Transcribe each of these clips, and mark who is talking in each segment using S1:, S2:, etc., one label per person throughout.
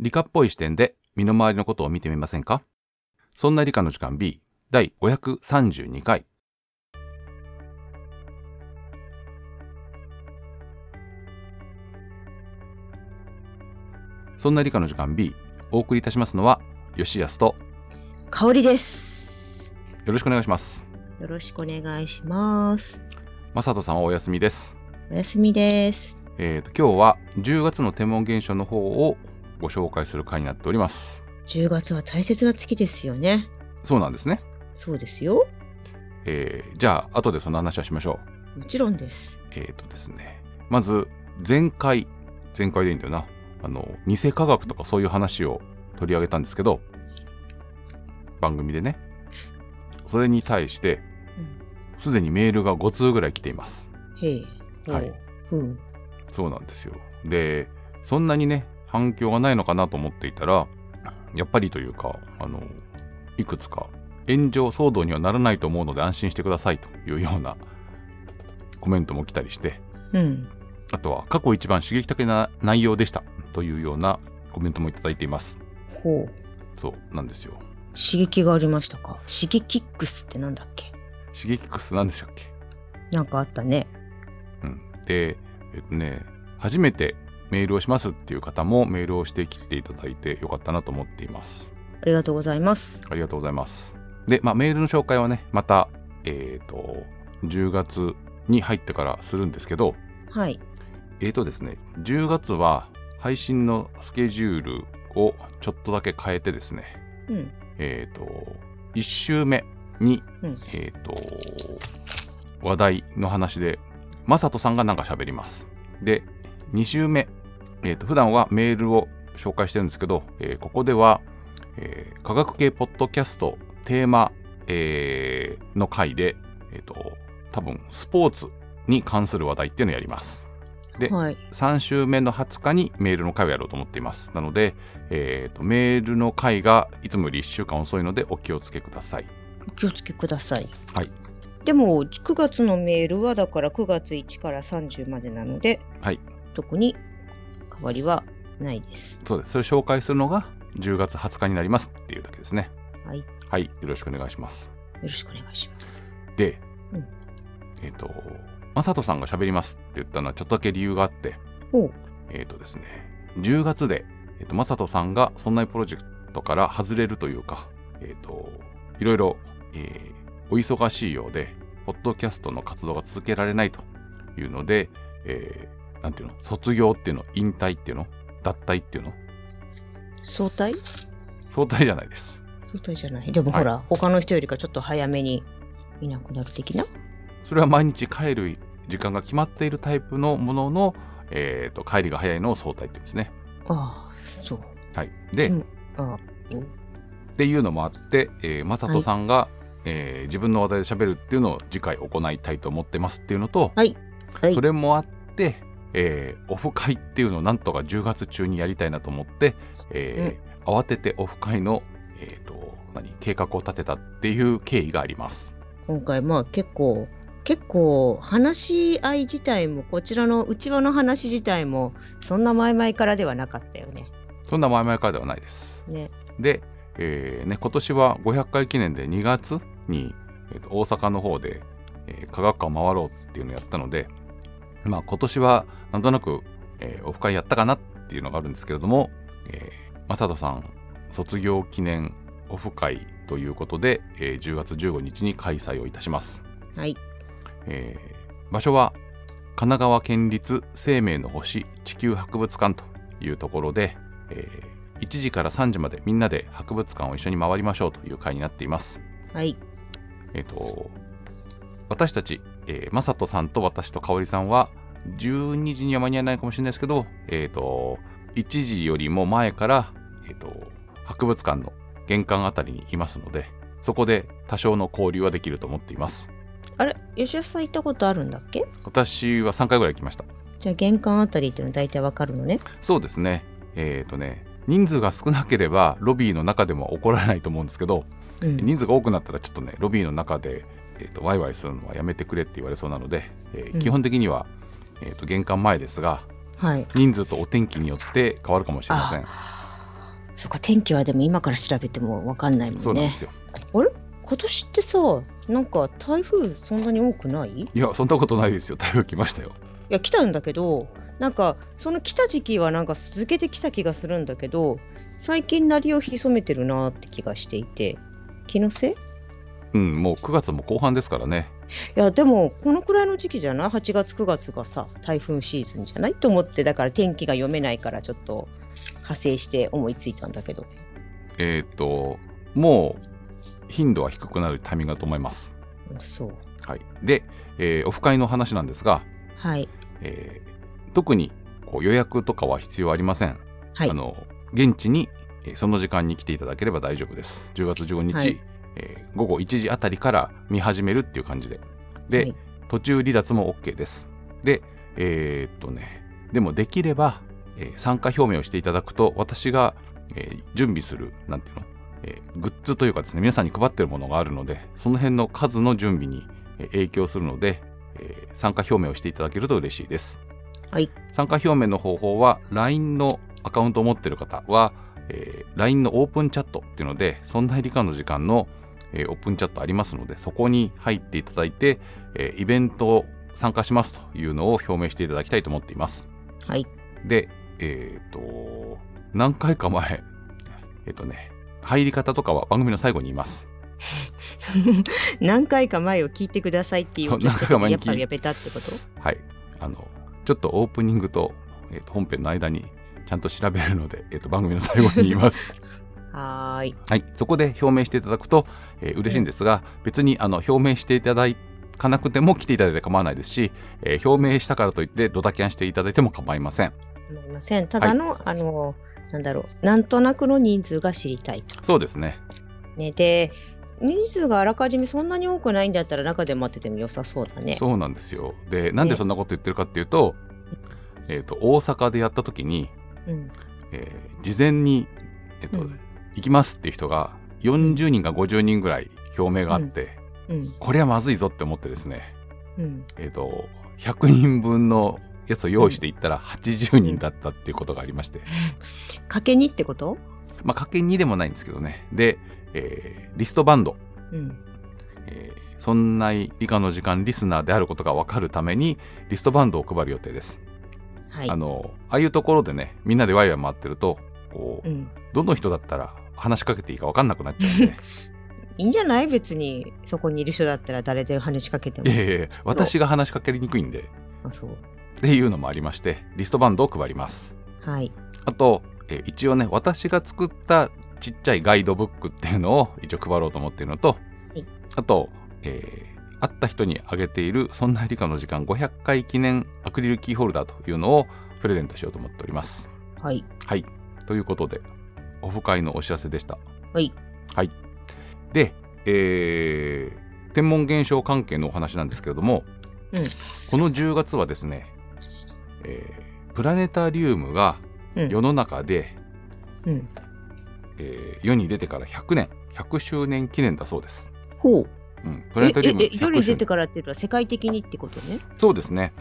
S1: 理科っぽい視点で身の回りのことを見てみませんかそんな理科の時間 B 第532回そんな理科の時間 B お送りいたしますのは吉安と
S2: 香りです。
S1: よろしくお願いします
S2: よろしくお願いします。
S1: 正人さんはお休みです
S2: おやすみです。
S1: えー、と今日は10月の天文現象の方をご紹介する回になっております
S2: 10月は大切な月ですよね。
S1: そうなんですね
S2: そうですよ。
S1: えーじゃあ後でその話はしましょう
S2: もちろんです。
S1: えっ、とですねまず前回前回でいいんだよなあの偽科学とかそういう話を取り上げたんですけど番組でねそれに対して
S2: うん、
S1: すでにメールが5通ぐらい来ています
S2: へい。
S1: はい。
S2: うん。
S1: そうなんですよでそんなにね反響がないのかなと思っていたらやっぱりというかあのいくつか炎上騒動にはならないと思うので安心してくださいというようなコメントも来たりして
S2: うん。
S1: あとは過去一番刺激的な内容でしたというようなコメントもいただいています。
S2: ほう。
S1: そうなんですよ。
S2: 刺激がありましたか。刺激キックスってなんだっけ。
S1: 刺激クスなんでしたっけ
S2: なんかあったね。
S1: うん。で、えっとね、初めてメールをしますっていう方もメールをしてきていただいてよかったなと思っています。
S2: ありがとうございます。
S1: ありがとうございます。で、まあメールの紹介はね、また、えっ、と、10月に入ってからするんですけど、
S2: はい。
S1: えーとですね、10月は配信のスケジュールをちょっとだけ変えてですね、
S2: うん。
S1: えー、と、1週目に、
S2: うん。
S1: えー、と、話題の話で、マサトさんがなんか喋ります。で、2週目、えー、と、普段はメールを紹介してるんですけど、えーここでは、えー科学系ポッドキャストテーマ、えーの回で、えー、と、多分、スポーツに関する話題っていうのをやります。で
S2: はい。
S1: 3週目の20日にメールの回をやろうと思っています。なので、えーとメールの回がいつもより1週間遅いのでお気をつけください。
S2: お気をつけください。
S1: はい。
S2: でも9月のメールはだから9月1から30までなので、
S1: はい
S2: 特に変わりはないです。
S1: そうです。それ紹介するのが10月20日になりますっていうだけですね。
S2: はい。よ
S1: はい。よろしくお願いします。
S2: ろしくお願いします。
S1: で、
S2: うん
S1: えっ、と、マサトさんが喋りますって言ったのはちょっとだけ理由があって、
S2: おう
S1: えっ、とですね、10月で、えっ、と、マサトさんがそんなプロジェクトから外れるというか、えっ、と、いろいろ、えーお忙しいようで、ポッドキャストの活動が続けられないというので、えーなんていうの、卒業っていうの、引退っていうの、脱退っていうの、
S2: 早退
S1: 早退じゃないです。
S2: 早退じゃない。でも
S1: はい
S2: ほら、他の人よりかちょっと早めにいなくなる的な。
S1: それは毎日帰る時間が決まっているタイプのものの、えー、と帰りが早いのを早退って言うんですね。
S2: ああ、そう。
S1: はい、で、
S2: うんあ
S1: っていうのもあって、えー、正人さんが、えー自分の話題で喋るっていうのを次回行いたいと思ってますっていうのと、
S2: はい。はい
S1: そ。れもあって、えーオフ会っていうのをなんとか10月中にやりたいなと思って、えー慌ててオフ会の、えー、と何計画を立てたっていう経緯があります。
S2: 今回まあ結構、結構話し合い自体もこちらの内輪の話自体もそんな前々からではなかったよね。
S1: そんな前々からではないです。
S2: ね。
S1: で、えーね、今年は500回記念で2月に、えーと大阪の方で、えー科学館を回ろうっていうのをやったので、まあ、今年はなんとなく、えーオフ会やったかなっていうのがあるんですけれども、えー、正人さん卒業記念オフ会ということで、えー10月15日に開催をいたします。
S2: はい。
S1: えー場所は神奈川県立生命の星地球博物館というところで、えー1時から3時までみんなで博物館を一緒に回りましょうという会になっています。
S2: はい。
S1: えっ、と私たち、えー、マサトさんと私と香織さんは12時には間に合わないかもしれないですけど、えっ、と1時よりも前から、えっ、と博物館の玄関あたりにいますので、そこで多少の交流はできると思っています。
S2: あれ吉安さん行ったことあるんだっけ
S1: 私は3回ぐらい来ました。
S2: じゃあ玄関あたりっていうの大体わかるのね。
S1: そうですね。えっ、とね、人数が少なければロビーの中でも怒られないと思うんですけど、
S2: うん。
S1: 人数が多くなったらちょっとね、ロビーの中で、えー、とワイワイするのはやめてくれって言われそうなので、えー
S2: うん
S1: 基本的には、えー、と玄関前ですが、
S2: はい。
S1: 人数とお天気によって変わるかもしれません。
S2: あそっか天気はでも今から調べてもわかんないも
S1: そうんなんで
S2: ね
S1: すよ。
S2: あれ今年ってさなんか台風そんなに多くないい
S1: いや、そんなことないですよ。台風来ましたよ。
S2: や来たんだけどなんかその来た時期はなんか続けてきた気がするんだけど最近鳴りを潜めてるなーって気がしていて気のせいい
S1: うん、もう9月も後半ですからね。
S2: やでもこのくらいの時期じゃない8月9月がさ台風シーズンじゃないと思ってだから天気が読めないからちょっと派生して思いついたんだけど
S1: えっ、と、もう頻度は低くなるタイミングだと思います。
S2: そう
S1: はい、で、えーオフ会の話なんですが、
S2: はい
S1: えー特にこう予約とかは必要ありません。
S2: はい
S1: あの現地にえーその時間に来ていただければ大丈夫です。10月15日、
S2: はい
S1: えー午後1時あたりから見始めるっていう感じで。で、
S2: はい
S1: 途中離脱も OK です。で、えーっとね、でもできれば、えー参加表明をしていただくと、私が、えー準備する、なんていうの、えーグッズというかですね、皆さんに配ってるものがあるので、その辺の数の準備にえー影響するので、えー参加表明をしていただけると嬉しいです。
S2: はい
S1: 参加表明の方法は、LINE のアカウントを持っている方は、えー LINE のオープンチャットっていうので、そんな理科の時間の、えーオープンチャットありますので、そこに入っていただいて、えーイベントを参加しますというのを表明していただきたいと思っています。
S2: はい
S1: で、えっ、と、何回か前、 えっ、とね、入り方とかは番組の最後に言います。
S2: 何回か前を聞いてくださいっていうこと
S1: 何回か前に
S2: やっ
S1: 聞い
S2: ぱりやめたってこと
S1: はい。あの、ちょっとオープニングと,、えーと本編の間にちゃんと調べるので、えっ、と、番組の最後に言います。
S2: はーい
S1: はい、そこで表明していただくと、えー嬉しいんですが、別にあの表明していただかなくても来ていただいて構わないですし、えー表明したからといってドタキャンしていただいても構いません。
S2: 思いませんただの、あのなんだろうなんとなくの人数が知りたいと
S1: そうですね。
S2: ねで人数があらかじめそんなに多くないんだったら中で待ってても良さそうだね
S1: そうなんですよ。で、なんでそんなこと言ってるかっていうと、えっ、と、大阪でやった時に、
S2: うん
S1: えー事前に、えっ、と、
S2: うん
S1: 行きますっていう人が40人か50人ぐらい表明があって、
S2: うん
S1: これはまずいぞって思ってですね、
S2: うん
S1: えっ、と、100人分のやつを用意していったら80人だったっていうことがありまして、
S2: かけにってこと
S1: まあ、かけ2でもないんですけどね。で、えーリストバンド、
S2: うん
S1: えーそんな理科の時間リスナーであることがわかるために、リストバンドを配る予定です。
S2: はい
S1: あの、ああいうところでね、みんなでワイワイ回ってると、こう
S2: う、ん
S1: どの人だったら話しかけ ていいかわかんなくなっちゃうんで、
S2: いいんじゃない別にそこにいる人だったら誰で話しかけても
S1: いやいやいや私が話しかけにくいんで、
S2: あそう
S1: っていうのもありまして、リストバンドを配ります。
S2: はい
S1: あと、えー一応ね、私が作ったちっちゃいガイドブックっていうのを一応配ろうと思っているのと、
S2: い
S1: あと、えー会った人にあげている、そんな理科の時間500回記念アクリルキーホルダーというのをプレゼントしようと思っております。
S2: はい
S1: はい。ということで、オフ会のお知らせでした。
S2: はい
S1: はい。で、えー天文現象関係のお話なんですけれども、
S2: うん
S1: この10月はですね、えープラネタリウムが
S2: うん
S1: 世の中で、
S2: うん
S1: えー世に出てから100年100周年記念だそうです、
S2: ほう
S1: うん、プラ
S2: え
S1: ネタリウム
S2: ええ世
S1: 100
S2: に
S1: 周
S2: 出て
S1: 年
S2: からっていうのは世界的にってことね
S1: そうですね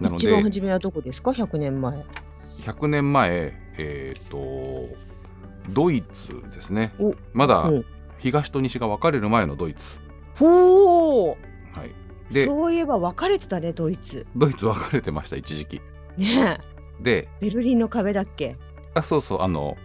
S1: なの
S2: 一
S1: で
S2: 番初めはどこですか100年前
S1: 100年前えっ、とドイツですね
S2: お
S1: まだ
S2: うん
S1: 東と西が分かれる前のドイツ、
S2: ほう
S1: はい、で
S2: そういえば分かれてたねドイツ
S1: ドイツ分かれてました一時期
S2: ねえ
S1: で
S2: ベルリンの壁だっけ
S1: あそうそうあの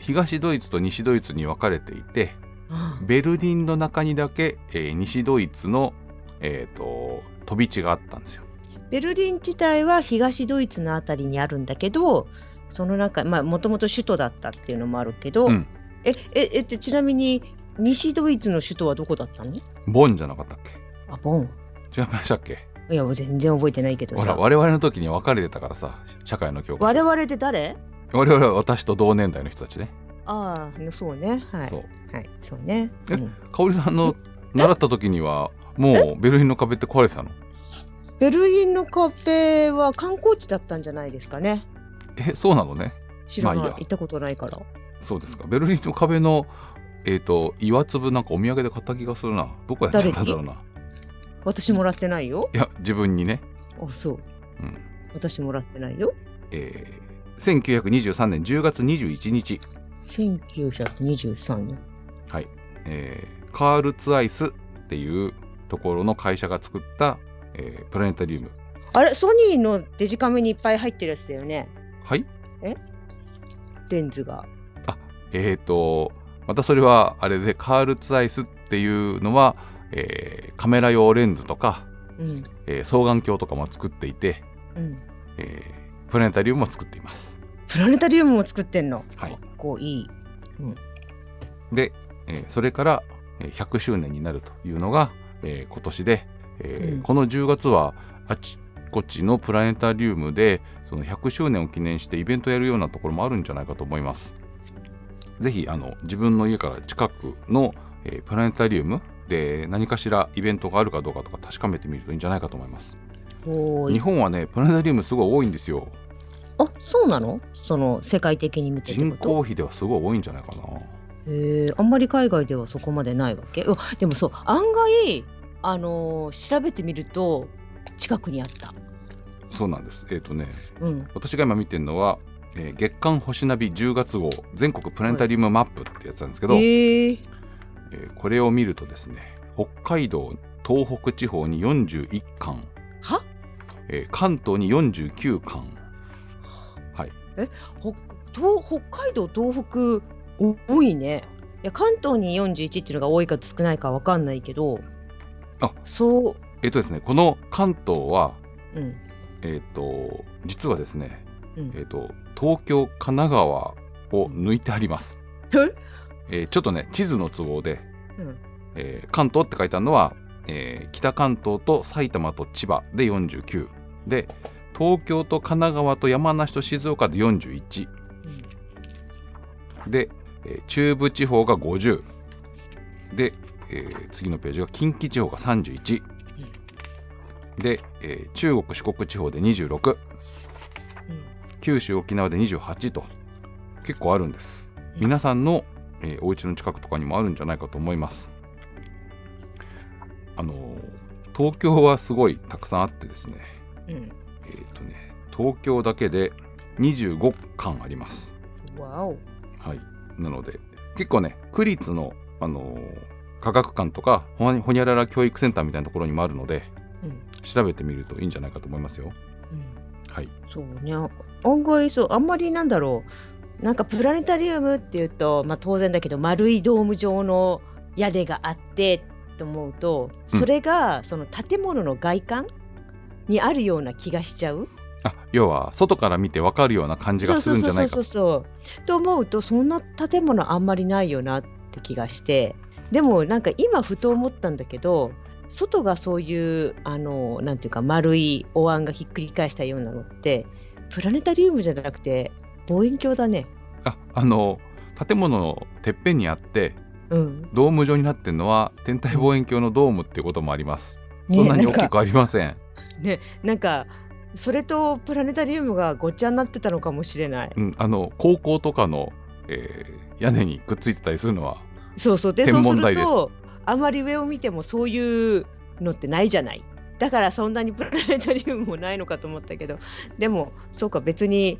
S1: 東ドイツと西ドイツに分かれていて
S2: ああ
S1: ベルリンの中にだけ、えー西ドイツの、えー、と飛び地があったんですよ。
S2: ベルリン自体は東ドイツのあたりにあるんだけどその中まあもともと首都だったっていうのもあるけど、
S1: うん
S2: えええってちなみに西ドイツの首都はどこだったの
S1: ボンじゃなかったっけ
S2: あボン
S1: 違いましたっけ
S2: いやもう全然覚えてないけど
S1: ほら
S2: さ
S1: 我々の時に分かれてたからさ社会の教科書
S2: 我々で誰
S1: 我々は私と同年代の人たちね、
S2: ああそうねはい
S1: そう
S2: はいそうね、
S1: え
S2: うん
S1: 香織さんの習った時にはもうベルリンの壁って壊れてたの
S2: ベルリンの壁は観光地だったんじゃないですかね
S1: えそうなのね
S2: 知らない,、
S1: まあいいや
S2: 行ったことないから
S1: そうですかベルリンの壁のえっ、と岩粒なんかお土産で買った気がするなどこやっちゃったんだろうな
S2: 私もらってないよ
S1: いや自分にね、
S2: あそう
S1: うん
S2: 私もらってないよ
S1: えー1923年10月21日
S2: 1923年。
S1: はいえーカールツアイスっていうところの会社が作った、えープラネタリウム
S2: あれ、ソニーのデジカメにいっぱい入ってるやつだよね、
S1: はい
S2: レンズが。
S1: えーとまたそれはあれでカールツアイスっていうのは、えーカメラ用レンズとか、
S2: うん。
S1: えー双眼鏡とかも作っていて、
S2: うん。
S1: えープラネタリウムも作っています
S2: プラネタリウムも作ってんの。
S1: はい
S2: かっこいい。
S1: で、えーそれからえー100周年になるというのが、えー今年で、えー
S2: うん
S1: この10月はあちこちのプラネタリウムでその100周年を記念してイベントやるようなところもあるんじゃないかと思います。ぜひあの自分の家から近くの、えープラネタリウムで何かしらイベントがあるかどうかとか確かめてみるといいんじゃないかと思います。
S2: おー
S1: 日
S2: い。
S1: 本はねプラネタリウムすごい多いんですよ。
S2: あ、そうなのその、世界的に見てって
S1: 人
S2: こと
S1: 口比ではすごい多いんじゃないかな。
S2: へえあんまり海外ではそこまでないわけうわでもそう案外、あのー調べてみると近くにあった、
S1: そうなんです。えっ、とね
S2: うん、
S1: 私が今見てるのは、えー月刊星ナビ10月号全国プラネタリウムマップってやつなんですけど、
S2: へえ
S1: えーこれを見るとですね北海道東北地方に41巻、
S2: は
S1: えー関東に49巻
S2: 北東北海道東北お多いねいや関東に41っていうのが多いか少ないかわかんないけど
S1: あ
S2: そ
S1: えっ、とですねこの関東は
S2: ううん
S1: えっ、と実はですね、
S2: うん
S1: えっと東京神奈川を抜いてあります、
S2: え
S1: えーちょっとね地図の都合で、
S2: うん
S1: えー関東って書いてあるのは、えー北関東と埼玉と千葉で49で東京と神奈川と山梨と静岡で41
S2: うん
S1: で、えー中部地方が50で、えー次のページが近畿地方が31で、えー中国四国地方で26九州沖縄で28と結構あるんです
S2: うん
S1: 皆さんの、えーお家の近くとかにもあるんじゃないかと思いますあのー東京はすごいたくさんあってですね
S2: うんうん
S1: えっ、とね東京だけで25巻あります
S2: うんわお
S1: はいなので結構ね区立のあのー科学館とかほにほにゃらら教育センターみたいなところにもあるので
S2: うん
S1: 調べてみるといいんじゃないかと思いますよ
S2: うん
S1: はい
S2: そうね案外そうあんまりなんだろうなんかプラネタリウムっていうと、まあ、当然だけど丸いドーム状の屋根があってと思うと
S1: うん
S2: それがその建物の外観にあるような気がしちゃう。
S1: あ要は外から見てわかるような感じ
S2: そ
S1: が
S2: う
S1: す
S2: そう
S1: るん
S2: そ
S1: じ
S2: う
S1: ゃな
S2: そ
S1: いうか
S2: そうそう。と思うとそんな建物あんまりないよなって気がしてでもなんか今ふと思ったんだけど外がそういうあのなんていうか丸いお椀がひっくり返したようなのってプラネタリウムじゃなくて望遠鏡だね。
S1: ああの建物のてっぺんにあって
S2: うん、
S1: ドーム状になってるのは天体望遠鏡のドームっていうこともあります、
S2: ね
S1: そんなに大
S2: な
S1: き
S2: んか
S1: くありません
S2: ねなんかそれとプラネタリウムがごっちゃになってたのかもしれない。
S1: うん、あの高校とかの、えー屋根にくっついてたりするのは
S2: そうそうで
S1: 天
S2: そうす
S1: 文
S2: る
S1: 台です
S2: とあまり上を見てもそういうのってないじゃないだからそんなにプラネタリウムもないのかと思ったけどでもそうか別に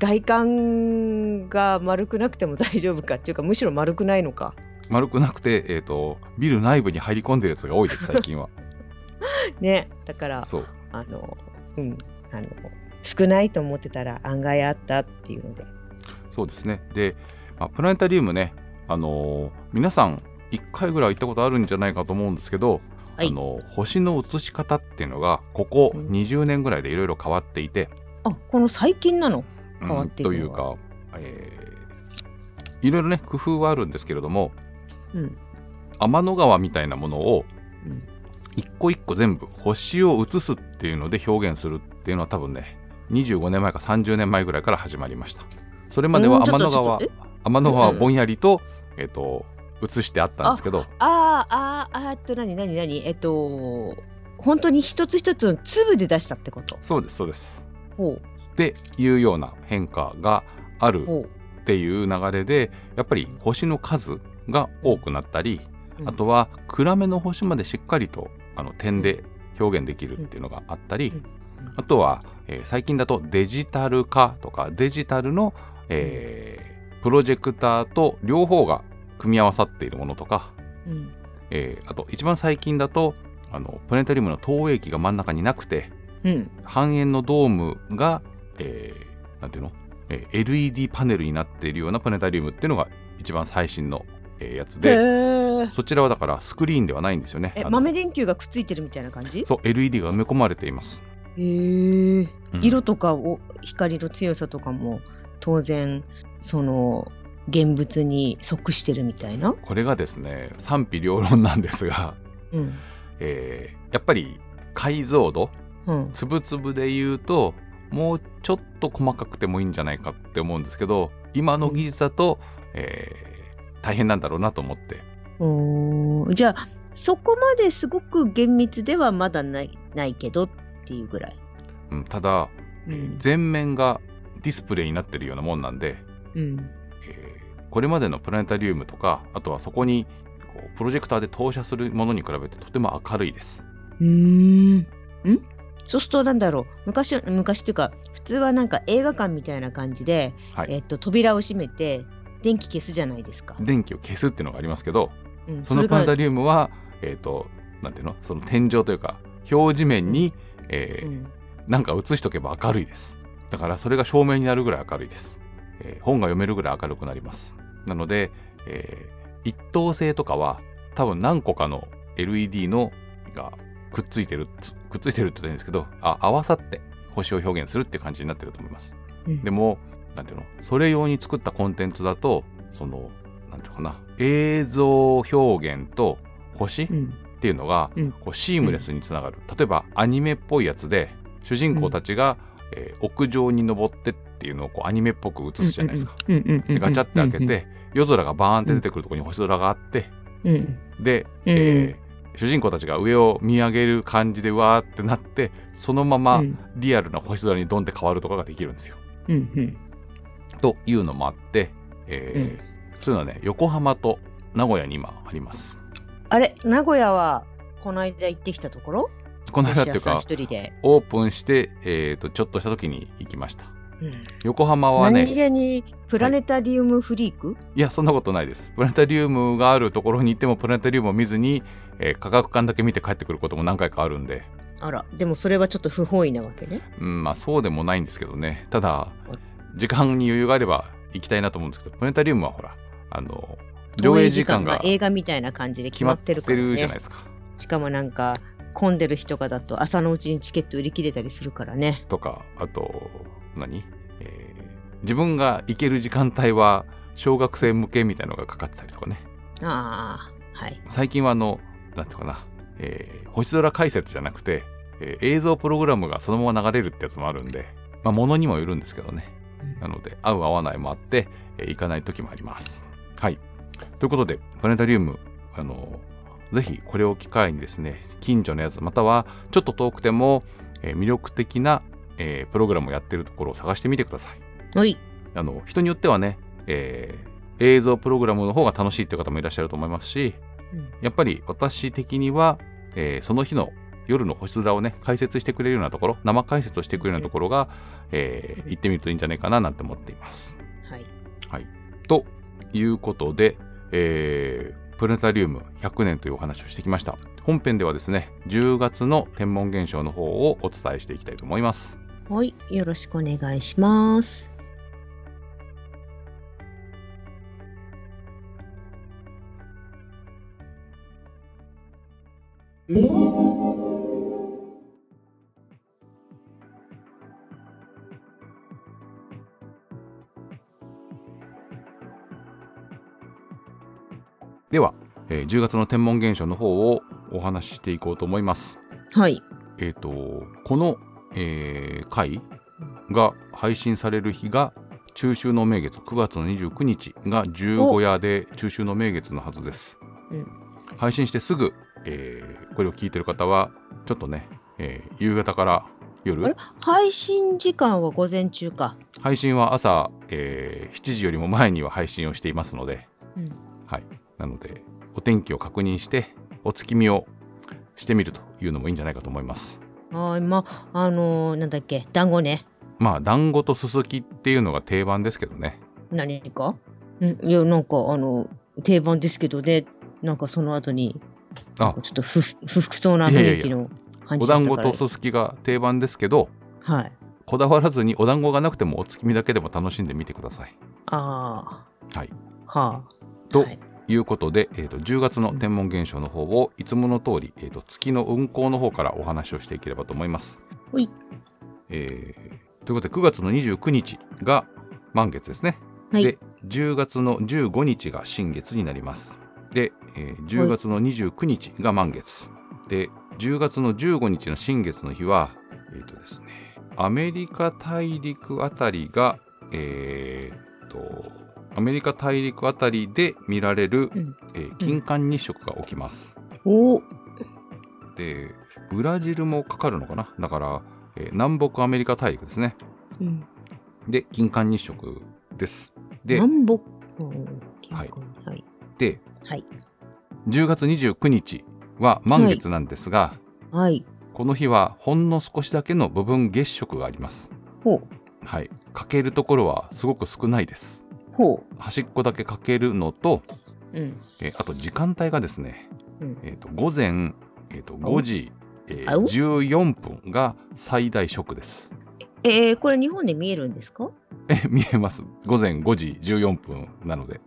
S2: 外観が丸くなくても大丈夫かっていうかむしろ丸くないのか
S1: 丸くなくて、えー、とビル内部に入り込んでるやつが多いです最近は
S2: ねだから
S1: そう
S2: あのうんあの少ないと思ってたら案外あったっていうので
S1: そうですねで、まあ、プラネタリウムね、あのー皆さん1回ぐらい行ったことあるんじゃないかと思うんですけど、
S2: はい
S1: あの星の写し方っていうのがここ
S2: うん
S1: 20年ぐらいでいろいろ変わっていて、
S2: あこの最近なの変わってい
S1: うんと
S2: く
S1: い
S2: の
S1: うか、
S2: が
S1: えーいろいろね工夫はあるんですけれども
S2: うん
S1: 天の川みたいなものを
S2: うん
S1: 一個一個全部星を写すっていうので表現するっていうのは多分ね25年前か30年前ぐらいから始まりましたそれまで
S2: う
S1: は
S2: んちょ
S1: 天の
S2: っと
S1: 川
S2: ちょっ
S1: 天の川を
S2: うん
S1: ぼんやりと,、えっと写してあったんですけど
S2: ああ、あーあー、えっと、なになになに、えっと、本当に一つ一つの粒で出したってこと。
S1: そうですそうです
S2: ほ
S1: っていうような変化があ
S2: う、
S1: る
S2: ほ
S1: っていう流れでやっぱり星の数が多くなったり、
S2: うん
S1: あとは暗めの星までしっかりとあの点で表現できるっていうのがあったり、
S2: うんうん
S1: あとは、えー最近だとデジタル化とかデジタルの、えープロジェクターと両方が組み合わさっているものとか、
S2: うん
S1: えーあと一番最近だとあのプラネタリウムの投影機が真ん中になくて
S2: うん
S1: 半円のドームが、えーなんていうの、えー LED パネルになっているようなプラネタリウムっていうのが一番最新の、えーやつ
S2: へ
S1: で
S2: ー
S1: そちらはだからスクリーンではないんですよね。
S2: え
S1: あの
S2: 豆電球がくっついてるみたいな感じ
S1: そう LED が埋め込まれています。
S2: へえ
S1: うん
S2: 色とかを光の強さとかも当然その現物に即してるみたいな、
S1: これがですね賛否両論なんですが、
S2: うん
S1: えーやっぱり解像度
S2: うん、
S1: つぶつぶで言うともうちょっと細かくてもいいんじゃないかって思うんですけど今の技術だと、えー大変なんだろうなと思って
S2: おーじゃあそこまですごく厳密ではまだないないけどっていうぐらい。
S1: うん、ただ、え
S2: う
S1: ー
S2: ん
S1: 全面がディスプレイになってるようなもんなんで、
S2: うん
S1: えーこれまでのプラネタリウムとかあとはそこにこうプロジェクターで投射するものに比べてとても明るいです。
S2: うーんんそうするとなんだろう昔昔というか普通はなんか映画館みたいな感じで、
S1: はい
S2: えっと扉を閉めて電気消すじゃないですか。
S1: 電気を消すっていうのがありますけど
S2: うん
S1: そのプラネタ
S2: れが
S1: リウムはえっ、となんていうのその天井というか表示面に、えー
S2: うん
S1: なんか映しとけば明るいです。だからそれが照明になるぐらい明るいです。えー本が読めるぐらい明るくなります。なので、えー一等星とかは多分何個かの LED のがくっついてる、つくっついてるって言ってるんですけど、あ合わさって星を表現するって感じになってると思います。
S2: うん
S1: でも、なんていうの、それ用に作ったコンテンツだと、その、なんていうのかな、映像表現と星、
S2: うん
S1: っていうのが、
S2: うん
S1: こうシームレスにつながる、例えばアニメっぽいやつで主人公たちが、えー屋上に登ってっていうのをこうアニメっぽく映すじゃないですか。
S2: うんうんうんうん
S1: でガチャって開けて、、夜空がバーンって出てくるところに星空があって
S2: うんうん
S1: で、
S2: うん
S1: えー主人公たちが上を見上げる感じでわーってなってそのまま
S2: うん
S1: リアルな星空にドンって変わるとかができるんですよ。
S2: うんうん
S1: というのもあって、えーそういうのはね横浜と名古屋に今あります。
S2: あれ名古屋はこの間行ってきたところ
S1: この間っていう
S2: お寿司屋
S1: か
S2: さん一人で、
S1: オープンして、えー、とちょっとした時に行きました
S2: うん
S1: 横浜はね
S2: 何気にプラネタリウムフリーク、
S1: いやそんなことないですプラネタリウムがあるところに行ってもプラネタリウムを見ずに、えー科学館だけ見て帰ってくることも何回かあるんで
S2: あらでもそれはちょっと不本意なわけね
S1: うんまあそうでもないんですけどねただ時間に余裕があれば行きたいなと思うんですけどプラネタリウムはほらあの上映時間が
S2: 映画みたいな感じで
S1: 決
S2: 決
S1: ま
S2: ま
S1: っ
S2: ってて
S1: るじ
S2: るから、ね、
S1: ゃないですか
S2: しかもなんか混んでる日とかだと朝のうちにチケット売り切れたりするからね
S1: とかあと何、えー自分が行ける時間帯は小学生向けみたいのがかかってたりとかね
S2: ああはい
S1: 最近はあのなんていうかな、えー星空解説じゃなくて、えー映像プログラムがそのまま流れるってやつもあるんで、まあ、物にもよるんですけどねなので合う合わないもあって、えー行かない時もありますはいということでプラネタリウムあのぜひこれを機会にですね近所のやつまたはちょっと遠くても、えー魅力的な、えープログラムをやってるところを探してみてください
S2: おい
S1: あの人によってはね、えー映像プログラムの方が楽しいっていう方もいらっしゃると思いますし
S2: うん
S1: やっぱり私的には、えーその日の夜の星空をね、解説してくれるようなところ、生解説をしてくれるようなところが、えー行ってみるといいんじゃないかななんて思っています。
S2: はい
S1: ということで、えープラネタリウム100年というお話をしてきました。本編ではですね、10月の天文現象の方をお伝えしていきたいと思います。
S2: おいよろしくお願いします
S1: では、えー10月の天文現象の方をお話ししていこうと思います。
S2: はい
S1: えっ、と、この、えー回が配信される日が中秋の名月9月の29日が十五夜で中秋の名月のはずです。
S2: うん
S1: 配信してすぐ、えーこれを聞いてる方はちょっとね、えー夕方から
S2: あれ
S1: 夜
S2: 配信時間は午前中か、
S1: 配信は朝、えー7時よりも前には配信をしていますので
S2: うん、
S1: なのでお天気を確認してお月見をしてみるというのもいいんじゃないかと思います。
S2: あー今あのーなんだっけ団子ね
S1: まあ団子とすすきっていうのが定番ですけどね。
S2: 何かうんいやなんかあの定番ですけどねなんかその後に
S1: あ
S2: なんかちょっと不不服そうな雰囲気の感
S1: お
S2: じだっ
S1: 団
S2: た
S1: 子
S2: から
S1: とすすきが定番ですけど
S2: はい
S1: こだわらずにお団子がなくてもお月見だけでも楽しんでみてください。
S2: ああ
S1: はい
S2: はあ
S1: と
S2: はい
S1: いうことで、えー、と10月の天文現象の方をいつもの通り、えー、と月の運行の方からお話をしていければと思います。
S2: ほい
S1: えーということで9月の29日が満月ですね。
S2: はい
S1: で10月の15日が新月になります。で、えー10月の29日が満月。で10月の15日の新月の日はえっ、とですねアメリカ大陸あたりがえーっとアメリカ大陸あたりで見られる、
S2: うん
S1: えー金環日食が起きます。
S2: おー
S1: でブラジルもかかるのかなだから、えー南北アメリカ大陸ですね
S2: うん
S1: で金環日食ですで
S2: 南北うん
S1: はい
S2: はい
S1: で、
S2: はい
S1: 10月29日は満月なんですが、
S2: はい
S1: この日はほんの少しだけの部分月食があります
S2: ほう
S1: はい欠けるところはすごく少ないです
S2: ほ
S1: 端っこだけ欠けるのと、
S2: ううん
S1: えーあと時間帯がですね、
S2: うん
S1: えー、と午前、えー、と5時、えー
S2: あお
S1: 14分が最大食です
S2: えー、これ日本で見えるんですか
S1: え見えます午前5時14分なので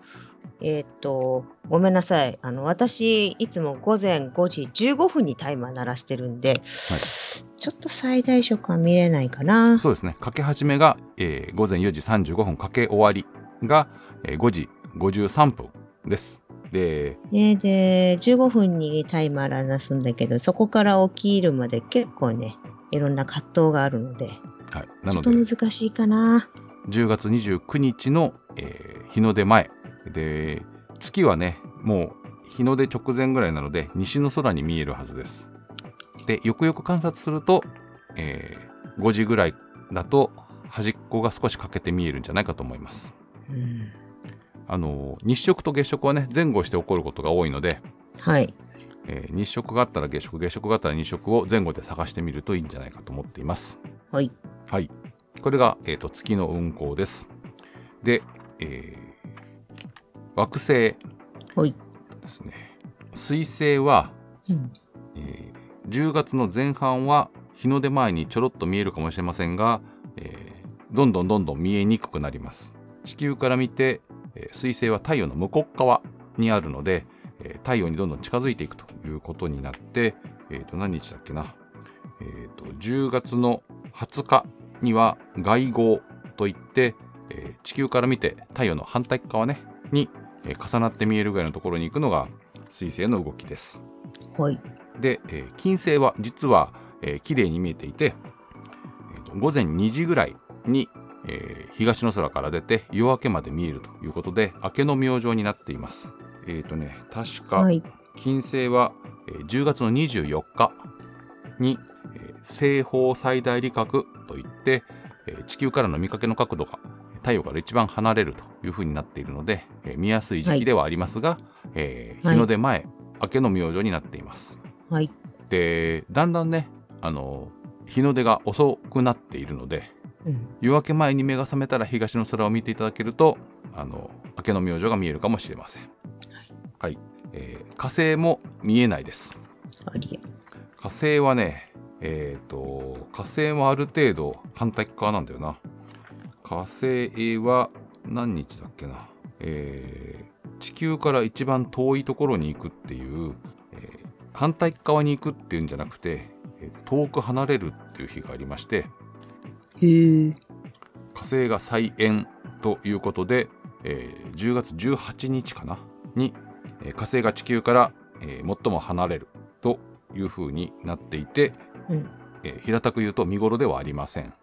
S2: えーっとごめんなさいあの私いつも午前5時15分にタイマー鳴らしてるんで、ちょっと最大色は見れないかな
S1: そうですねかけ始めが、えー午前4時35分かけ終わりが、えー5時53分ですで
S2: ねで15分にタイマー鳴らすんだけどそこから起きるまで結構ねいろんな葛藤があるので
S1: はいな
S2: ちょ
S1: ので
S2: っと難しいかな
S1: 10月29日の、えー日の出前で月はねもう日の出直前ぐらいなので西の空に見えるはずですでよくよく観察すると、えー5時ぐらいだと端っこが少し欠けて見えるんじゃないかと思います
S2: うん
S1: あの日食と月食はね前後して起こることが多いので、
S2: はい
S1: えー日食があったら月食月食があったら日食を前後で探してみるといいんじゃないかと思っています
S2: はい
S1: はいこれが、えーと月の運行ですで、えー惑星
S2: はい
S1: ですね水星は、
S2: うん
S1: えー10月の前半は日の出前にちょろっと見えるかもしれませんが、えーどんどんどんどん見えにくくなります地球から見て、えー水星は太陽の向こう側にあるので、えー太陽にどんどん近づいていくということになって、えーと何日だっけな、えーと10月の20日には外号といって、えー地球から見て太陽の反対側ねに、えー重なって見えるぐらいのところに行くのが水星の動きです。
S2: はい
S1: で、えー金星は実は、えー綺麗に見えていて、えーと午前2時ぐらいに、えー東の空から出て夜明けまで見えるということで明けの明星になっています。えっ、とね確か
S2: はい
S1: 金星は、えー10月の24日に、えー西方最大理角といって、えー地球からの見かけの角度が太陽から一番離れるというふうになっているので、えー見やすい時期ではありますが、えー
S2: はい
S1: 日の出前、明けの明星になっています。
S2: はい
S1: でだんだんねあの日の出が遅くなっているので
S2: うん
S1: 夜明け前に目が覚めたら東の空を見ていただけるとあの明けの明星が見えるかもしれません。はい、えー火星も見えないです。
S2: あり
S1: 火星はねえっ、と火星もある程度反対側なんだよな。火星は何日だっけな。えー地球から一番遠いところに行くっていう、えー反対側に行くっていうんじゃなくて、えー遠く離れるっていう日がありまして、
S2: やへえ
S1: 火星が再円ということで、えー10月18日かなに、えー火星が地球から、えー最も離れるというふうになっていて、
S2: うん
S1: えー平たく言うと見頃ではありません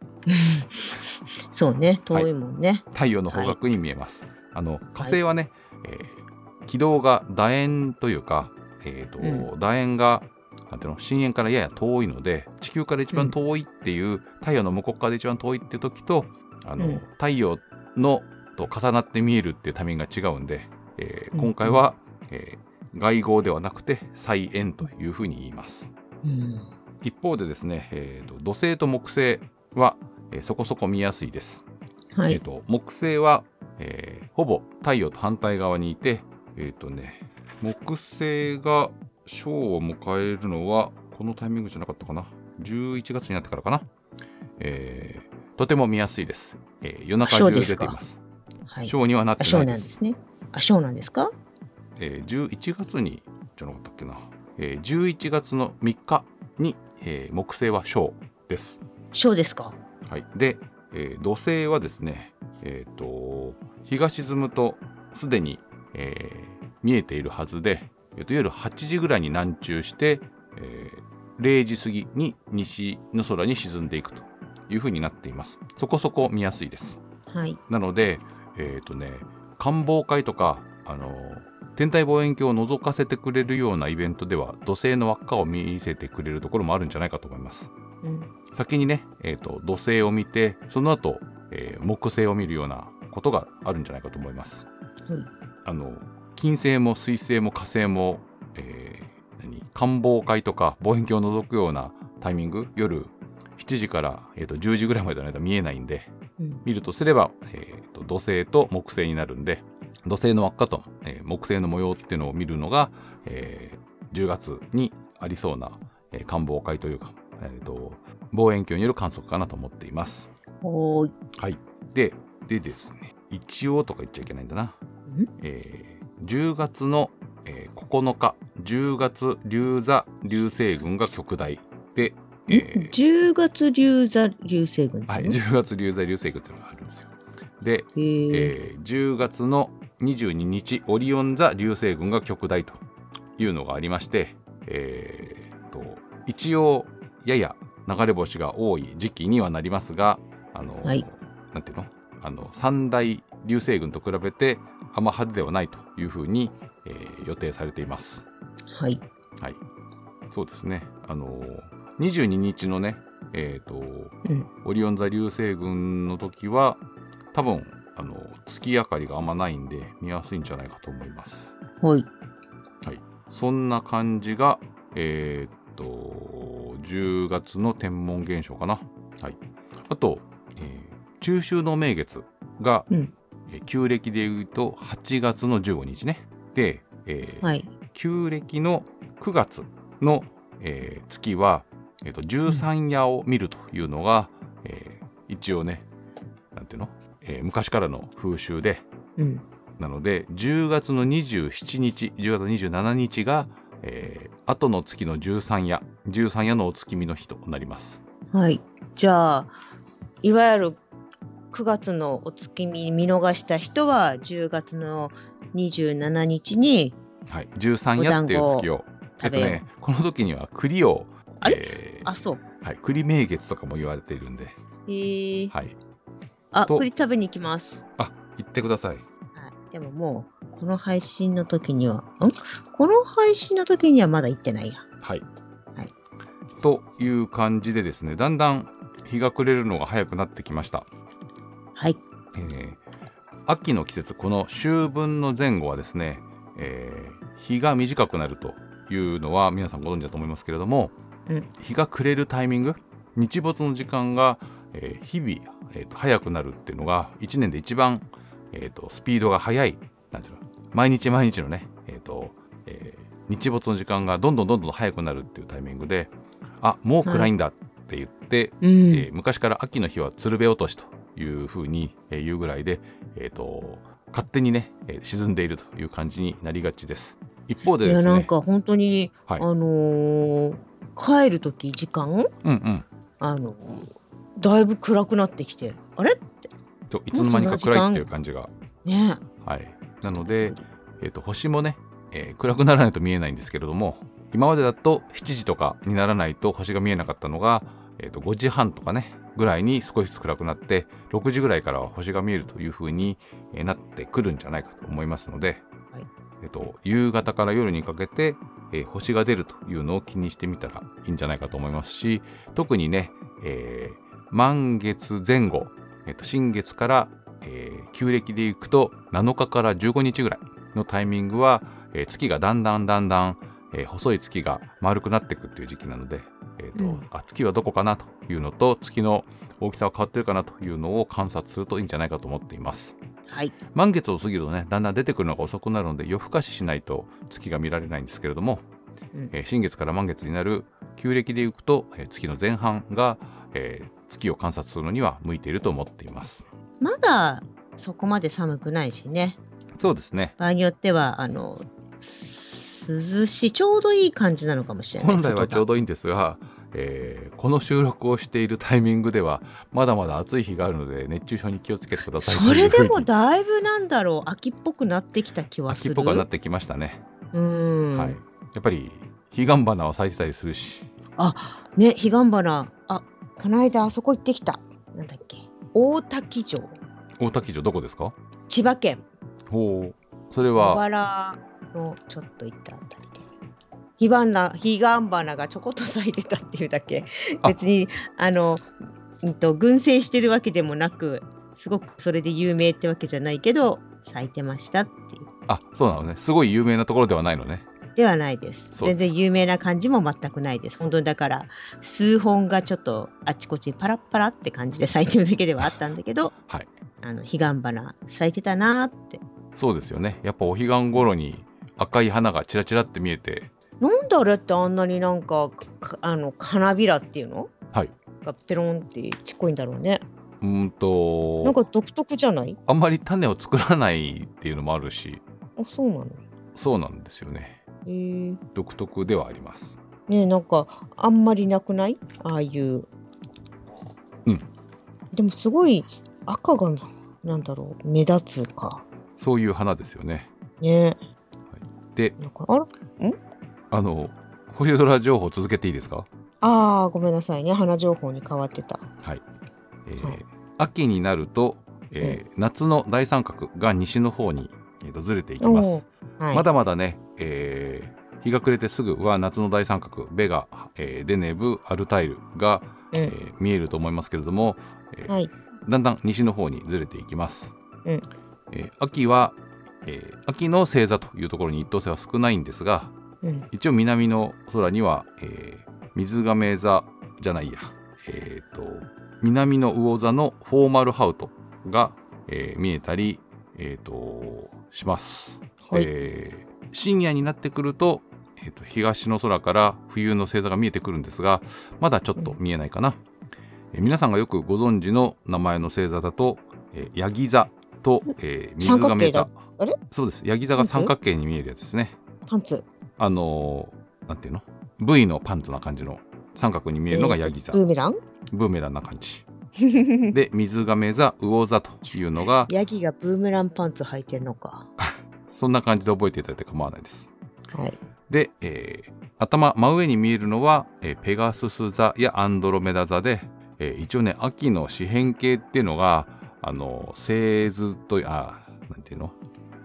S2: そうね遠いもんね、
S1: 太陽の方角に見えます、あの火星はね、えー軌道が楕円というか、えーと
S2: う
S1: 楕円がなんていうの深淵からやや遠いので地球から一番遠いっていう、太陽の向こう側で一番遠いっていう時とあの、
S2: うん
S1: 太陽のと重なって見えるっていうタイミングが違うんで、えー
S2: うん
S1: 今回は、えー外号ではなくて再円というふうに言います。
S2: うん
S1: 一方でですね、えーと土星と木星は、えーそこそこ見やすいです。
S2: は
S1: えー、
S2: い
S1: と木星は、えーほぼ太陽と反対側にいて、えっ、とね、木星が章を迎えるのは、このタイミングじゃなかったかな。11月になってからかな。えーとても見やすいです。えー夜中中
S2: 章で
S1: 出
S2: す
S1: て
S2: か
S1: います。
S2: はい。
S1: 章にはなっ
S2: あ、
S1: て
S2: そ
S1: な
S2: う
S1: い
S2: なん
S1: で。
S2: ですすね。あ、そうなんですか。
S1: えー11月に、じゃなかったっけな。えー11月の3日に、えー木星は章です。
S2: そうですか。
S1: はい、で、えー土星はですね、えー、と日が沈むとすでに、えー見えているはずで、えーと夜8時ぐらいに南中して、えー0時過ぎに西の空に沈んでいくというふうになっています。そこそこ見やすいです。
S2: はい。
S1: なので、えーとね、観望会とか、あの天体望遠鏡を覗かせてくれるようなイベントでは土星の輪っかを見せてくれるところもあるんじゃないかと思います。
S2: うん、
S1: 先にね、えー、と土星を見てその後、えー木星を見るようなことがあるんじゃないかと思います。
S2: うん
S1: あの金星も水星も火星も、えー何観望会とか望遠鏡を覗くようなタイミング夜7時から、えー、と10時ぐらいまでの間見えないんで
S2: うん、
S1: 見るとすれば、えー、と土星と木星になるんで土星の輪っかと、えー木星の模様っていうのを見るのが、えー10月にありそうな、えー観望会というか、えー、と望遠鏡による観測かなと思っています。
S2: おーい。
S1: はい、ででですね一応とか言っちゃいけないんだな、
S2: ん
S1: えー10月の、えー9日10月流座流星群が極大で、えー
S2: 10月流座流星群、
S1: はい、
S2: ね。
S1: 10月流座流星群っていうのがあるんですよ。で、
S2: えー
S1: えー10月の22日オリオン座流星群が極大というのがありまして、えーっと一応やや流れ星が多い時期にはなりますがあの、
S2: はい
S1: なんていうのあの三大流星群と比べてあんま派手ではないというふうに、えー予定されています。
S2: はい。
S1: はい、そうですね。あの22日のね、えーと
S2: うん
S1: オリオン座流星群の時は多分あの月明かりがあんまないんで見やすいんじゃないかと思います。
S2: はい。
S1: そんな感じが、えー、と10月の天文現象かな。はい、あと、えー中秋の名月が、
S2: うん
S1: えー旧暦でいうと8月の15日ね。で、えー
S2: はい。
S1: 旧暦の9月の、えー月は、えー、と13夜を見るというのが、えー一応ねなんていうの、えー昔からの風習で
S2: うん。
S1: なので10月の27日10月の27日が、えー後の月の13夜13夜のお月見の日となります。
S2: はい。じゃあ、いわゆる9月のお月見見逃した人は、10月の27日に、
S1: はい、13夜っていう月をえっと
S2: 食べよう
S1: ねこの時には栗を
S2: あ
S1: えー
S2: あ、そう。
S1: はい、栗名月とかも言われているんで、
S2: えー、
S1: はい、
S2: あ、
S1: と
S2: 栗食べに行きます。
S1: あ行ってください。
S2: はい。でももう、この配信の時には、んこの配信の時にはまだ行ってないや。
S1: はい。
S2: はい
S1: という感じでですね、だんだん日が暮れるのが早くなってきました。
S2: はい。
S1: えー秋の季節、この秋分の前後はですね、えー日が短くなるというのは皆さんご存知だと思いますけれども、
S2: うん
S1: 日が暮れるタイミング、日没の時間が、えー日々、えーと早くなるっていうのが1年で一番、えーとスピードが速い、なんていうの、毎日毎日のね、えーとえー日没の時間がどんどんどんどん早くなるっていうタイミングで、あもう暗いんだって言って、
S2: う
S1: え
S2: ん。
S1: ー昔から秋の日は鶴瓶落としというふうに、えー言うぐらいで、えー、と勝手にね、えー沈んでいるという感じになりがちです。一方で
S2: い
S1: で
S2: や、
S1: す
S2: なん
S1: ね、
S2: か本当に、
S1: はい
S2: あのー帰る時時間、
S1: うんうん
S2: あのだいぶ暗くなってきて、あれ
S1: そう、いつの間にか暗いっていう感じが。
S2: ね
S1: はい、なので、えー、と星もね、えー暗くならないと見えないんですけれども今までだと7時とかにならないと星が見えなかったのが、えー、と5時半とかねぐらいに少しずつ暗くなって6時ぐらいからは星が見えるというふうにえーなってくるんじゃないかと思いますので、
S2: はい
S1: えー、と夕方から夜にかけて、えー星が出るというのを気にしてみたらいいんじゃないかと思いますし特にね、えー満月前後、えー、と新月からえー旧暦でいくと7日から15日ぐらいのタイミングは、えー月がだんだんだんだん、えー細い月が丸くなっていくっていう時期なので、えーと
S2: うん
S1: あ月はどこかなというのと月の大きさは変わってるかなというのを観察するといいんじゃないかと思っています。
S2: はい。
S1: 満月を過ぎるとねだんだん出てくるのが遅くなるので夜更かししないと月が見られないんですけれども、
S2: うん
S1: えー新月から満月になる旧暦でいくと、えー月の前半が、えー月を観察するのには向いていると思っています。
S2: まだそこまで寒くないしね。
S1: そうですね
S2: 場合によってはあのす涼しいちょうどいい感じなのかもしれない。
S1: 本来はちょう
S2: ど
S1: どいいんですが、えーこの収録をしているタイミングではまだまだ暑い日があるので熱中症に気をつけてください
S2: それで
S1: という
S2: も
S1: ふうに
S2: だいぶなんだろう秋っぽくなってきた気はす
S1: 秋っ
S2: る。
S1: ぽくはなってきましたね、
S2: うん。
S1: はい、やっぱり彼岸花は咲いてたりするし
S2: ね彼岸花あこの間あそこ行ってきた。なんだっけ大滝城
S1: 大滝城どこですか
S2: 千葉県
S1: ほうそれ
S2: 小
S1: は
S2: 原のちょっと行ったあたりで。彼岸花彼岸花がちょこっと咲いてたっていうだけ
S1: あ
S2: 別にあの、うん、と群生してるわけでもなくすごくそれで有名ってわけじゃないけど咲いてましたっていう
S1: あそうなのねすごい有名なところではないのね
S2: ではないです
S1: そうです
S2: 全然有名な感じも全くないです本当にだから数本がちょっとあちこちにパラッパラって感じで咲いてるだけではあったんだけど
S1: はい
S2: あの彼岸花咲いてたなーって
S1: そうですよねやっぱお彼岸頃に赤い花がチラチラって見えて
S2: なんであれってあんなになんかかあの花びらっていうの、
S1: はい、
S2: がペロンってちっこいんだろうね
S1: うーん
S2: なん
S1: と
S2: か独特じゃない
S1: あんまり種を作らないっていうのもあるし
S2: あそうなの
S1: そうなんですよね
S2: へー
S1: 独特ではあります
S2: ねえなんかあんまりなくないああいう
S1: うん
S2: でもすごい赤がななんだろう目立つか
S1: そういう花ですよね
S2: ね
S1: で
S2: えなんかあら
S1: あの星空情報続けていいですか
S2: あーごめんなさいね花情報に変わってた
S1: えー
S2: はい
S1: 秋になると、えー夏の大三角が西の方に、えーとずれていきます。
S2: はい
S1: まだまだね、えー日が暮れてすぐは夏の大三角ベガ、えーデネブアルタイルが、
S2: う
S1: え
S2: ん
S1: ー見えると思いますけれども、えー
S2: はい
S1: だんだん西の方にずれていきます。
S2: うん
S1: えー秋は、えー秋の星座というところに一等星は少ないんですが
S2: うん
S1: 一応南の空には、えー水亀座じゃないや、えー、と南の魚座のフォーマルハウトが、えー見えたり、えー、とします、
S2: はい
S1: えー深夜になってくると,、えーと東の空から冬の星座が見えてくるんですがまだちょっと見えないかな、えー皆さんがよくご存知の名前の星座だと、えー、ヤギ座と、えー水亀座
S2: 三角形だあれ
S1: そうですヤギ座が三角形に見えるやつですね
S2: パンツ
S1: あのーなんていうの ?V のパンツな感じの三角に見えるのがヤギ座、
S2: ブーメラン
S1: ブーメランな感じ。で、水亀座、魚座というの が、
S2: ヤギがブーメランパンツ履いてるのか
S1: そんな感じで覚えていただいて構わないです。
S2: はい
S1: で、えー頭、真上に見えるのは、えーペガスス座やアンドロメダ座で、えー一応ね、秋の四辺形っていうのが、あのー、星図という、あー、なんていうの、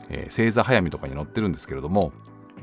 S1: えー星座早見とかに載ってるんですけれども、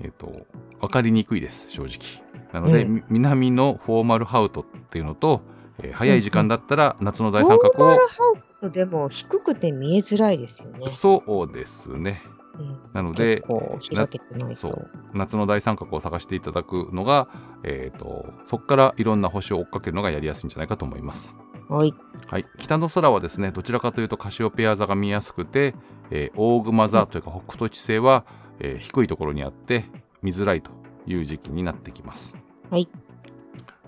S1: えっ、と、わかりにくいです、正直。なので、
S2: うん
S1: み南のフォーマルハウトっていうのと、えー早い時間だったら夏の大三角
S2: ノーマ
S1: を、
S2: ルハウトでも低くて見えづらいですよね。
S1: そうですね。
S2: うん、
S1: なので、
S2: こう広げてない
S1: そ
S2: と
S1: う。夏の大三角を探していただくのが、えー、とそこからいろんな星を追っかけるのがやりやすいんじゃないかと思います、
S2: はい。
S1: はい、北の空はですねどちらかというとカシオペア座が見やすくて、えー大熊座というか北斗地星は、えー低いところにあって見づらいという時期になってきます
S2: はい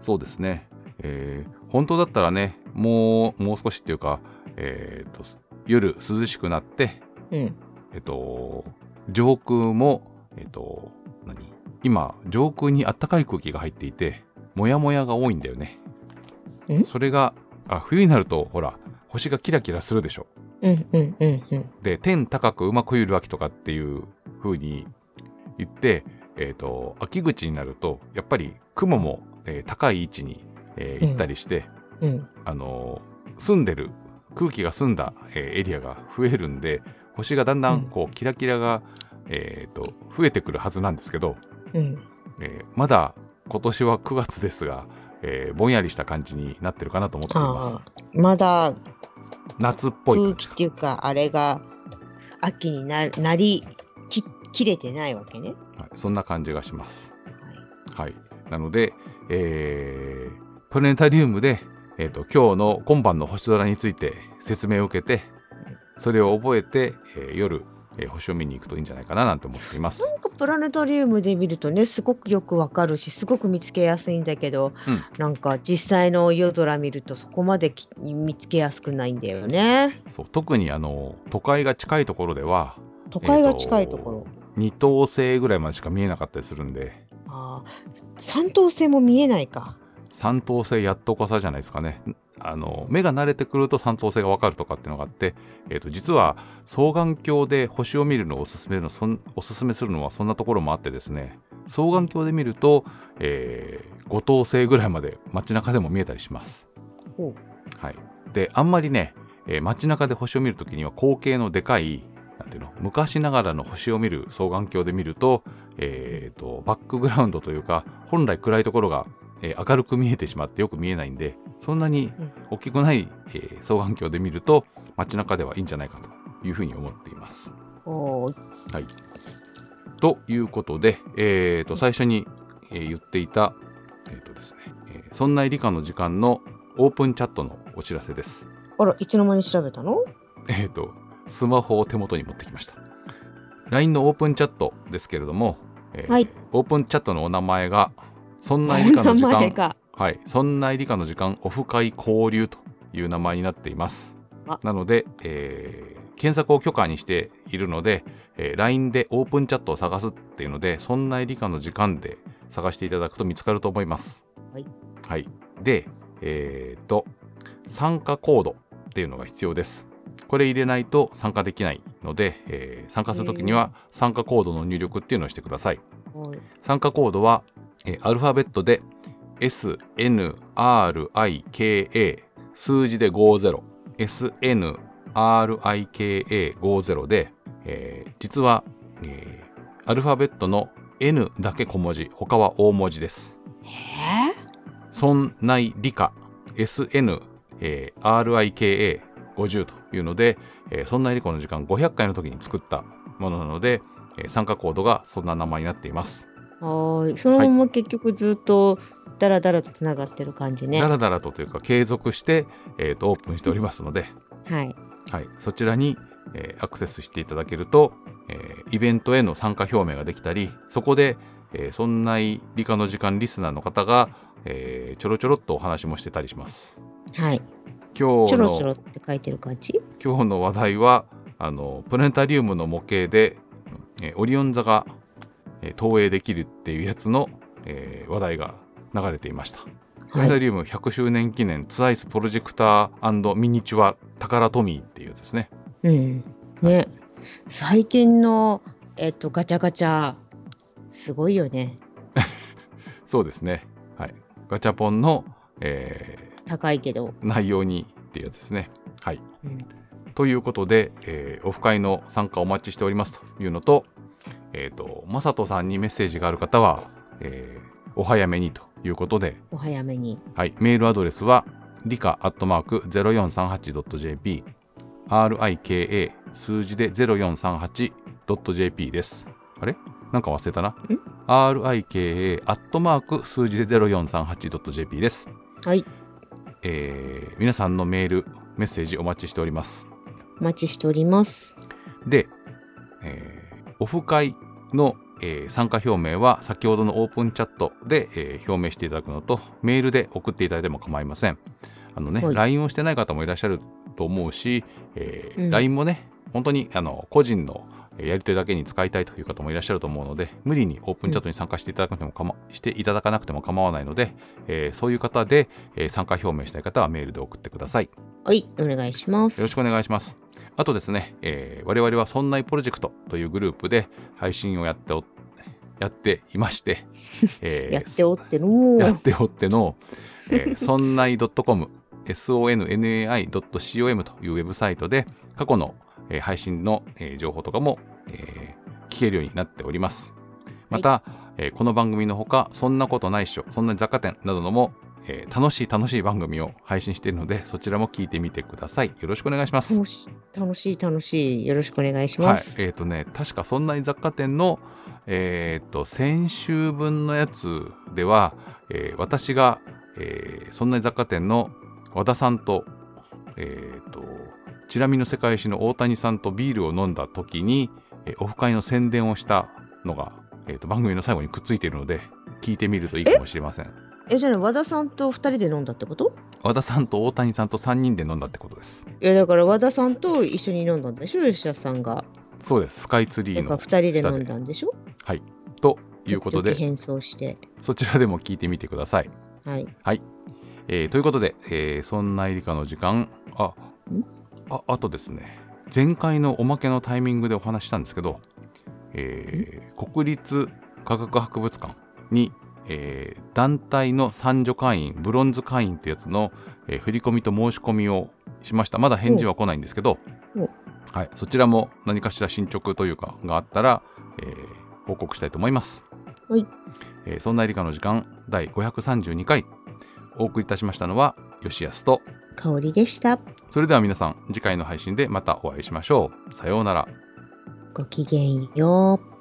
S1: そうですね、えー本当だったらねもうもう少しっていうか、えー、と夜涼しくなって
S2: うん。
S1: えっと、上空も、えっと、何今、上空に暖かい空気が入っていて、もやもやが多いんだよね
S2: ん。
S1: それが、あ冬になると、ほら、星がキラキラするでしょ。
S2: うんうんうんうん。
S1: で、天高くうまくゆる秋とかっていう風に言って、えっと、秋口になると、やっぱり雲も、えー高い位置に、えー
S2: うん
S1: 行ったりして、
S2: うん、
S1: あのー澄んでる空気が澄んだ、えーエリアが増えるんで星がだんだんこうキラキラが、えーと増えてくるはずなんですけど、
S2: うん、
S1: えーまだ今年は9月ですが、えーぼんやりした感じになってるかなと思っています
S2: ああまだ
S1: 夏っぽい
S2: 空
S1: 感
S2: 気
S1: じ
S2: っ
S1: か
S2: ていうかあれが秋にななりき切れてないわけね。
S1: はい、そんな感じがしますはいなので、えープラネタリウムで、えーと今日の今晩の星空について説明を受けてそれを覚えて、えー夜、えー星を見に行くといいんじゃないかななんて思っています
S2: なんかプラネタリウムで見るとねすごくよくわかるしすごく見つけやすいんだけど、
S1: うん
S2: なんか実際の夜空見るとそこまでき見つけやすくないんだよね
S1: そう特にあの都会が近いところでは
S2: 都会が近いところ、
S1: 二等星ぐらいまでしか見えなかったりするんで
S2: あー三等星も見えないか
S1: 三等星やっとこさじゃないですかねあの目が慣れてくると三等星がわかるとかっていうのがあって、えー、と実は双眼鏡で星を見るのをおすすめのそんおすすめするのはそんなところもあってですね双眼鏡で見ると、えー、5等星ぐらいまで街中でも見えたりします。
S2: ほ
S1: はい、であんまりね、えー街中で星を見るときには光景のでかいなんていうの昔ながらの星を見る双眼鏡で見ると,、えーとバックグラウンドというか本来暗いところが、えー明るく見えてしまってよく見えないんでそんなに
S2: うん
S1: 大きくない、えー双眼鏡で見ると街中ではいいんじゃないかというふうに思っています。
S2: おー
S1: ということで、えーと最初に、えー言っていた、えーとですねえーそんな理科の時間のオープンチャットのお知らせです。
S2: あらいつの間に調べたの
S1: えっ、と、スマホを手元に持ってきました。LINE のオープンチャットですけれども、えー
S2: はい
S1: オープンチャットのお名前が、そんな理科の時
S2: 名前
S1: 間、
S2: が
S1: はい、そんな理科の時間オフ会交流という名前になっています
S2: あ。
S1: なので、えー検索を許可にしているので、えー LINE でオープンチャットを探すっていうので、そんな理科の時間で探していただくと見つかると思います。
S2: はい。
S1: はい、で、えー、と、参加コードっていうのが必要です。これ入れないと参加できないので、えー参加するときには参加コードの入力っていうのをしてください。
S2: はい
S1: 参加コードは、えーアルファベットで SNRIKA 数字で50 SNRIKA50 で、えー実は、えーアルファベットの N だけ小文字他は大文字です。
S2: えー
S1: そんない理科 SN、えー RIKA50 というので、えーそんない理科の時間500回の時に作ったものなので、えー参加コードがそんな名前になっています。
S2: はーいそのまま結局ずっとだらだらとつながってる感じね
S1: だらだらとというか継続して、えーとオープンしておりますので、
S2: はい
S1: はい、そちらに、えーアクセスしていただけると、えーイベントへの参加表明ができたりそこで、えーそんな理科の時間リスナーの方が、えーちょろちょろっとお話もしてたりします。
S2: はい
S1: 今
S2: ち
S1: 日
S2: ょろちょろ
S1: の
S2: って書いてる感じ
S1: 今日の話題はあのプラネタリウムの模型で、えーオリオン座が、えー投影できるっていうやつの、えー話題が流れていました。プラ
S2: は
S1: ネタ
S2: い
S1: リウム100周年記念ツアイスプロジェクターミニチュア宝トミーっていうやつですね。
S2: うんね最近のえっとガチャガチャすごいよね
S1: そうですね。はい。ガチャポンの、え
S2: 高いけど、
S1: ー内容にっていうやつですね。はい。
S2: うん
S1: ということで、えーオフ会の参加お待ちしておりますというのと、えっ、と、マサトさんにメッセージがある方は、えーお早めにということで、
S2: お早めに
S1: はい、メールアドレスは、理科アットマーク 0438.jp、rika 数字で 0438.jp です。あれなんか忘れたな。rika アットマーク数字で 0438.jp です。
S2: はい
S1: えー皆さんのメール、メッセージお待ちしております。
S2: お待ちしております
S1: で、えーオフ会の、えー参加表明は先ほどのオープンチャットで、えー表明していただくのとメールで送っていただいても構いません。あのね、
S2: はい
S1: LINE をしてない方もいらっしゃると思うし、えー
S2: うん
S1: LINE もね本当にあの個人のえーやり手だけに使いたいという方もいらっしゃると思うので無理にオープンチャットに参加していただくてもか、ましていただかなくても構わないので、えーそういう方で、えー参加表明したい方はメールで送ってください。
S2: はいお願いします
S1: よろしくお願いします。あとですね、えー我々はそんないプロジェクトというグループで配信をやっておやっていまして、えー
S2: やっておっての
S1: やっておっての、えー、そんない .com、sonnai.com というウェブサイトで、過去の、えー配信の、えー情報とかも、えー聞けるようになっております。また、えーこの番組のほか、そんなことないっしょ、そんな雑貨店などのも、えー楽しい楽しい番組を配信しているので、そちらも聞いてみてください。よろしくお願いします。
S2: 楽し楽しい楽しいよろしくお願いし
S1: は
S2: ま
S1: い
S2: す、
S1: えっ、とね、確かそんなに雑貨店の、えっ、と、先週分のやつでは、えー私が、えーそんなに雑貨店の和田さんと、えっ、と、チラ見の世界史の大谷さんとビールを飲んだ時に、えーオフ会の宣伝をしたのが、えーと番組の最後にくっついているので聞いてみるといいかもしれません
S2: えじゃあね和田さんと2人で飲んだってこと
S1: 和田さんと大谷さんと3人で飲んだってことです
S2: いやだから和田さんと一緒に飲んだんでしょ吉田さんが。
S1: そうですスカイツリー
S2: だから
S1: の
S2: 2人で飲んだんでしょ
S1: はいということ
S2: 時々
S1: で
S2: 変装して。
S1: そちらでも聞いてみてください、
S2: はい。
S1: えーということで、えーそんなエリカの時間あああとですね前回のおまけのタイミングでお話ししたんですけど、えー国立科学博物館に、えー団体の参助会員ブロンズ会員ってやつの、えー振り込みと申し込みをしましたまだ返事は来ないんですけど
S2: おお、
S1: はい、そちらも何かしら進捗というかがあったら、えー報告したいと思います、
S2: はい
S1: えーそんなエリカの時間第532回お送りいたしましたのは吉安と
S2: 香りでした。
S1: それでは皆さん次回の配信でまたお会いしましょう。さようなら。
S2: ごきげんよう。